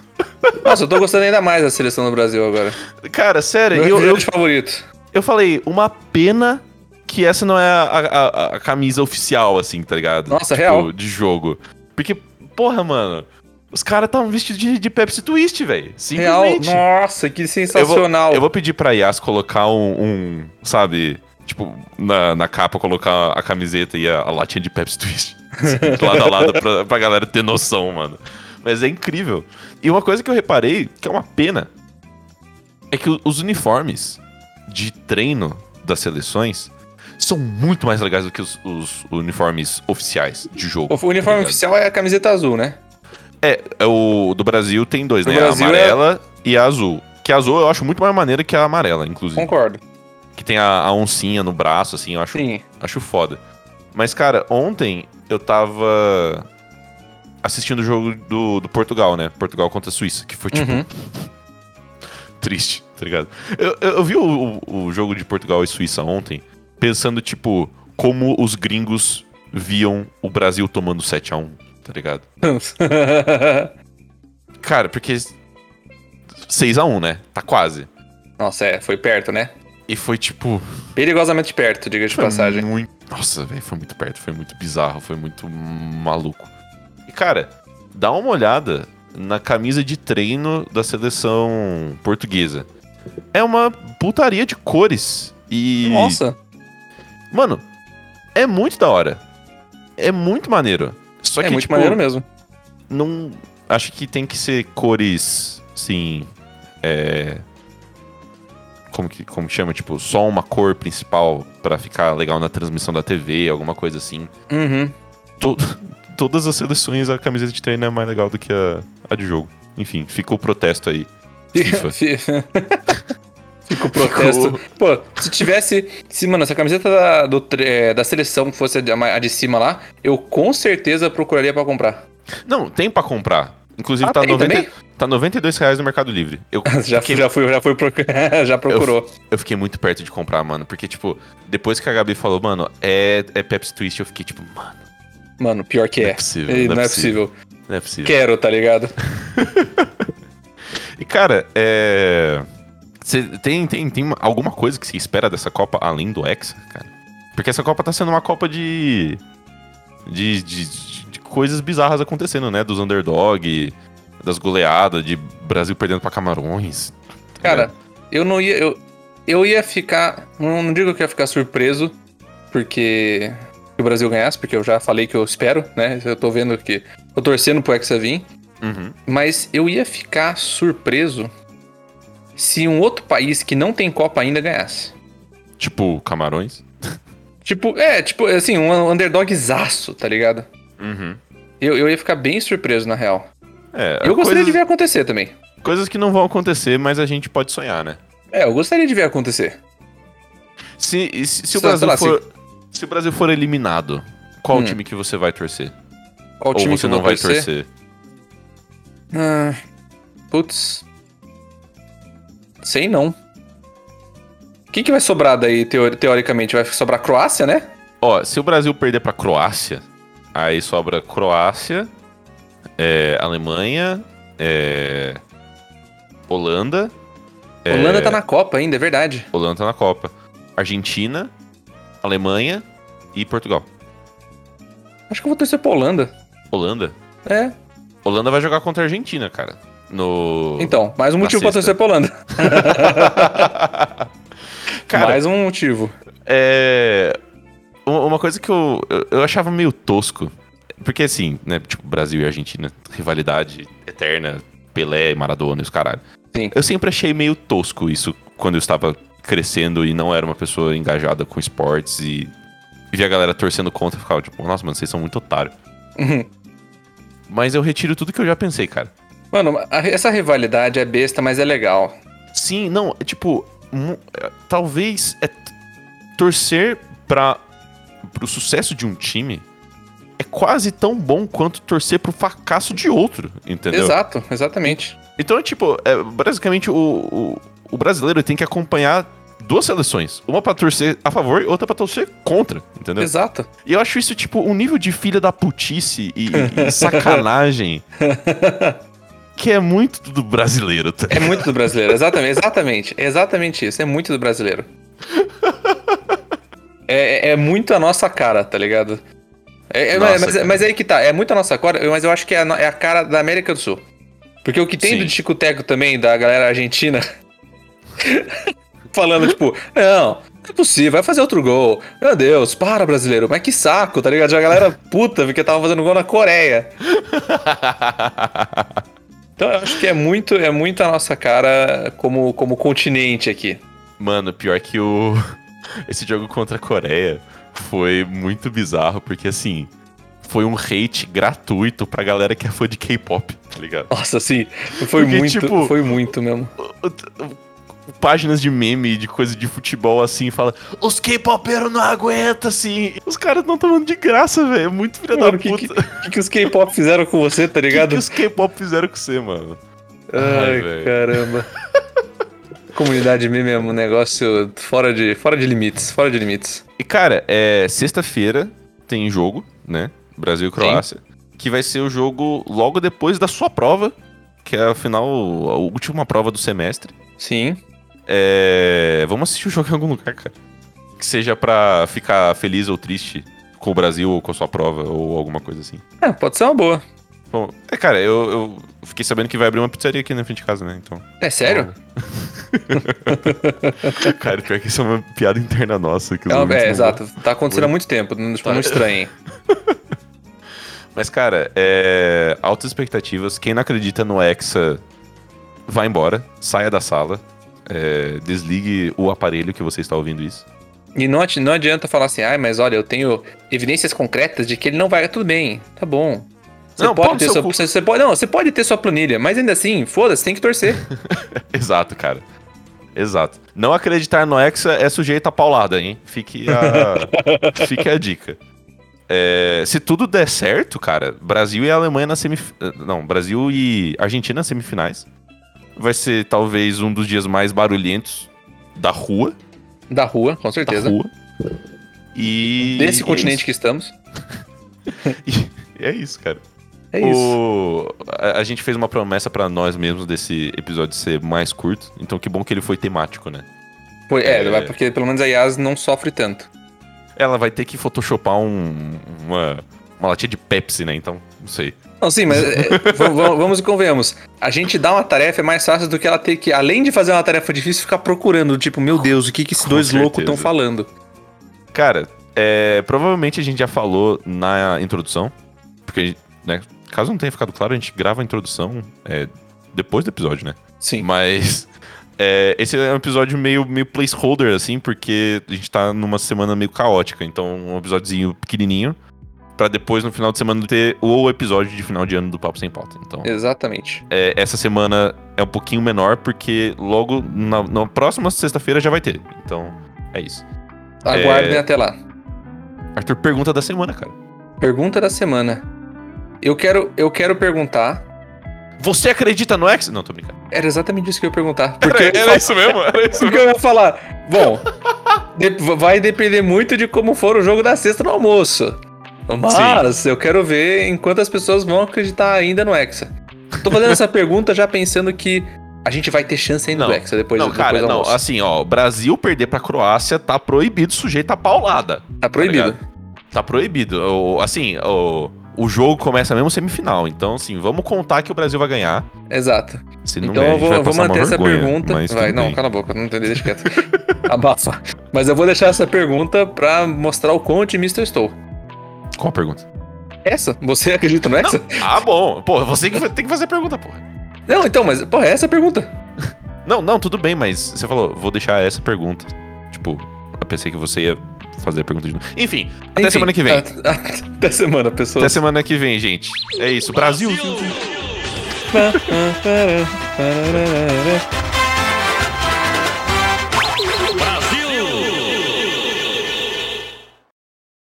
Nossa, eu tô gostando ainda mais da seleção do Brasil agora. velho. Cara, sério, Meu eu, eu, jogo favorito. eu falei, uma pena que essa não é a, a- a- a camisa oficial, assim, tá ligado? Nossa, real. De jogo. Porque, porra, mano, os caras estavam vestidos de, de Pepsi Twist, velho. Real. Simplesmente. Nossa, que Eu vou- sensacional. Eu vou pedir pra Yas colocar um, um, sabe, tipo, na, na capa, colocar a camiseta e a, a latinha de Pepsi Twist *laughs* lado a lado pra, pra galera ter noção, mano. Mas é incrível. E uma coisa que eu reparei, que é uma pena, é que o- os uniformes de treino das seleções são muito mais legais do que os, os uniformes oficiais de jogo. O uniforme tá ligado? oficial é a camiseta azul, né? É, é o do Brasil tem dois, Do né? Brasil é- a amarela e a azul. Que a azul eu acho muito mais maneira que a amarela, inclusive. Concordo. Que tem a, a oncinha no braço, assim, eu acho, Sim. acho foda. Mas, cara, ontem eu tava assistindo o jogo do, do Portugal, né? Portugal contra a Suíça, que foi, tipo, Uhum. *laughs* triste, tá ligado? Eu, eu, eu vi o, o- o jogo de Portugal e Suíça ontem, pensando, tipo, como os gringos viam o Brasil tomando 7x1, tá ligado? Tipo. *laughs* Cara, porque 6x1, né? Tá quase. Nossa, é, foi perto, né? E foi, tipo, Perigosamente perto, diga de Foi passagem. muito- Nossa, velho, foi muito perto, foi muito bizarro, foi muito maluco. E, cara, dá uma olhada na camisa de treino da seleção portuguesa. É uma putaria de cores. E. é Nossa. Mano, é muito da hora. É muito maneiro. Só que, é muito tipo, maneiro mesmo. não. Acho que tem que ser cores, assim. é, como que como que chama, tipo, só uma cor principal pra ficar legal na transmissão da TV, alguma coisa assim. Uhum. To- *laughs* todas as seleções a camiseta de treino é mais legal do que a, a de jogo. Enfim, ficou o *laughs* protesto aí. FIFA. *laughs* Fica o protesto. Pô, se tivesse. Se, mano, se a camiseta da, do tre- é, da seleção fosse a de- a de cima lá, eu com certeza procuraria pra comprar. *laughs* Não, tem pra comprar. Inclusive Ah, tá, tem 90, também? tá 92 reais no Mercado Livre. Eu, *laughs* Já, fiquei, já, fui, já, fui proc- *laughs* já procurou. eu fiquei muito perto de comprar, mano. Porque, tipo, depois que a Gabi falou, mano, é, é Pepsi Twist, eu fiquei tipo, mano, Mano, pior que Não é é. possível, Ei, não é Não é possível. não é possível. Quero, tá ligado? E, cara, é. cê tem tem, tem uma- alguma coisa que se espera dessa Copa além do Hexa, cara? Porque essa Copa tá sendo uma Copa de. de, de, de coisas bizarras acontecendo, né? Dos underdog, das goleadas, de Brasil perdendo pra Camarões. tá Cara, eu não ia. Eu, eu ia ficar. Não, não digo que eu ia ficar surpreso, porque que o Brasil ganhasse, porque eu já falei que eu espero, né? Eu tô vendo que. Tô torcendo pro Hexa vir. Uhum. Mas eu ia ficar surpreso se um outro país que não tem Copa ainda ganhasse. Tipo, Camarões. Tipo, é, tipo, assim, um underdogzaço, tá ligado? Uhum. Eu, eu ia ficar bem surpreso, na real. É, Eu gostaria coisas, de ver acontecer também. Coisas que não vão acontecer, mas a gente pode sonhar, né? É, eu gostaria de ver acontecer. Se, e se, se Sei o tá lá, Brasil sei lá, for. Se o Brasil for eliminado, qual Hum. time que você vai torcer? Qual Ou time que você eu não vou vai torcer? Ah, putz. Sei não. Quem que vai sobrar daí, teo- teoricamente? Vai sobrar Croácia, né? Ó, se o Brasil perder pra Croácia, aí sobra Croácia, é, Alemanha, é, Holanda. é, Holanda tá na Copa ainda, é verdade. Holanda tá na Copa. Argentina, Alemanha e Portugal. Acho que eu vou torcer pra Holanda. Holanda? É, Holanda vai jogar contra a Argentina, cara. No. então, mais um Na motivo pra sexta. torcer pra Holanda. Cara, Mais um motivo. É. Uma uma coisa que eu, eu, eu achava meio tosco. Porque assim, né? Tipo, Brasil e Argentina, rivalidade eterna, Pelé, Maradona e os caralho. Sim. Eu sempre achei meio tosco isso quando eu estava crescendo e não era uma pessoa engajada com esportes e via a galera torcendo contra e ficava tipo, nossa, mano, vocês são muito otário. Mas eu retiro tudo que eu já pensei, cara. Mano, a- essa rivalidade é besta, mas é legal. Sim, não, é tipo, mu- é, talvez é t- torcer para pro sucesso de um time é quase tão bom quanto torcer pro fracasso de outro, entendeu? Exato, exatamente. Então é tipo, é, basicamente o, o, o brasileiro tem que acompanhar duas seleções, uma pra torcer a favor e outra pra torcer contra, entendeu? Exato. E eu acho isso tipo um nível de filha da putice e, e- e sacanagem que é muito do brasileiro, tá É muito do brasileiro, exatamente, exatamente. É exatamente isso, é muito do brasileiro. É, é- é muito a nossa cara, tá ligado? É- é- Nossa, mas, cara. mas é aí que tá, é muito a nossa cara, mas eu acho que é a, no- é a cara da América do Sul. Porque o que tem Sim. do Chicoteco também, da galera argentina, *laughs* falando tipo, não, não é possível, vai fazer outro gol. Meu Deus, para brasileiro, mas que saco, tá ligado? Já a galera puta porque tava fazendo gol na Coreia. *laughs* Então eu acho que é muito, é muito a nossa cara como, como continente aqui. Mano, pior que o. Esse jogo contra a Coreia foi muito bizarro, porque assim. Foi um hate gratuito pra galera que é fã de K-pop, tá ligado? Nossa, assim, foi Porque, muito, tipo, foi muito mesmo. Páginas de meme, de coisa de futebol assim, fala: Os K-popeiros não aguentam assim. Os caras não tomando de graça, velho. é Muito filha da Mano, o que, puta. que, que que os K-pop fizeram com você, tá que, ligado? que os K-pop fizeram com você, mano? Ai, Ai, velho. caramba. *laughs* Comunidade meme é um negócio fora de, fora de limites, fora de limites. E, cara, é, sexta-feira tem jogo, né? Brasil e Croácia. Que vai ser o jogo logo depois da sua prova, que é afinal a última prova do semestre. Sim. É, vamos assistir o jogo em algum lugar, cara. Que seja pra ficar feliz ou triste com o Brasil ou com a sua prova ou alguma coisa assim. É, pode ser uma boa. Bom, é, cara, eu, eu fiquei sabendo que vai abrir uma pizzaria aqui na frente de casa, né? Então. É sério? *laughs* cara, pior que isso é uma piada interna nossa. Que os É, uma- ouvintes é, não exato. Tá acontecendo há muito tempo, tipo, muito estranho. hein? Mas, cara, é... altas expectativas. Quem não acredita no Hexa vá embora, saia da sala, é, desligue o aparelho que você está ouvindo isso. E não, adi- não adianta falar assim, ai, mas olha, eu tenho evidências concretas de que ele não vai. Tudo bem, tá bom. Você Não, pau pode no ter seu sua, cu. você, você pode, não, você pode ter sua planilha, mas ainda assim, foda-se, tem que torcer. *laughs* Exato, cara. Exato. Não acreditar no Hexa é sujeito a paulada, hein? Fique *laughs* a, fique a dica. É, se tudo der certo, cara, Brasil e Alemanha na semifinais. Não, Brasil e Argentina nas semifinais. Vai ser talvez um dos dias mais barulhentos da rua. Da rua, com certeza. Da rua. E. Desse e continente que estamos. É isso, é isso cara. É isso. O- A, a gente fez uma promessa pra nós mesmos desse episódio ser mais curto. Então que bom que ele foi temático, né? Foi- é, é. porque pelo menos a Yas não sofre tanto. Ela vai ter que photoshopar um, uma, uma latinha de Pepsi, né? Então, não sei. Não, sim, mas é, v- v- vamos e convenhamos. A gente dá uma tarefa é mais fácil do que ela ter que, além de fazer uma tarefa difícil, ficar procurando, tipo, meu Deus, o que, que esses Com dois loucos certeza. estão falando? Cara, é, provavelmente a gente já falou na introdução, porque, né, caso não tenha ficado claro, a gente grava a introdução é, depois do episódio, né? Sim. Mas é, esse é um episódio meio, meio placeholder, assim, porque a gente tá numa semana meio caótica. Então, um episódiozinho pequenininho, pra depois, no final de semana, ter o episódio de final de ano do Papo Sem Pauta. Então, Exatamente. é, essa semana é um pouquinho menor, porque logo na, na próxima sexta-feira já vai ter. Então, é isso. Aguardem é. até lá. Arthur, pergunta da semana, cara. Pergunta da semana. Eu quero, eu quero perguntar. Você acredita no X? Não, tô brincando. Era exatamente isso que eu ia perguntar. Porque eu ia falar- isso mesmo? Era isso porque eu ia falar. Bom, de- vai depender muito de como for o jogo da sexta no almoço. Mas eu quero ver em quantas pessoas vão acreditar ainda no Hexa. Tô fazendo essa pergunta já pensando que a gente vai ter chance ainda Não, do Hexa depois, não, depois cara, do não. almoço. Assim, ó, Brasil perder pra Croácia tá proibido, sujeito a paulada. tá proibido. assim, ligado? Tá proibido. O- assim, o, o jogo começa mesmo semifinal. Então, assim, vamos contar que o Brasil vai ganhar. Exato. Se não Então ganhar, eu vou, a gente vai eu vou passar uma manter essa vergonha, pergunta. mas Vai, tudo não, bem. cala a boca, não entendi, deixa quieto. Abafa. Mas eu vou deixar essa pergunta pra mostrar o quão otimista eu estou. Qual a pergunta? Essa? Você acredita no Hexa? Ah, bom. Pô, você que fa- tem que fazer a pergunta, porra. Não, então, mas, porra, essa é a pergunta. Não, não, tudo bem, mas você falou, vou deixar essa pergunta. Tipo, eu pensei que você ia fazer a pergunta de novo. Enfim, até Enfim, é, semana que vem. a- a- Até semana, pessoal. Até semana que vem, gente. Ah, É isso. Brasil. semana.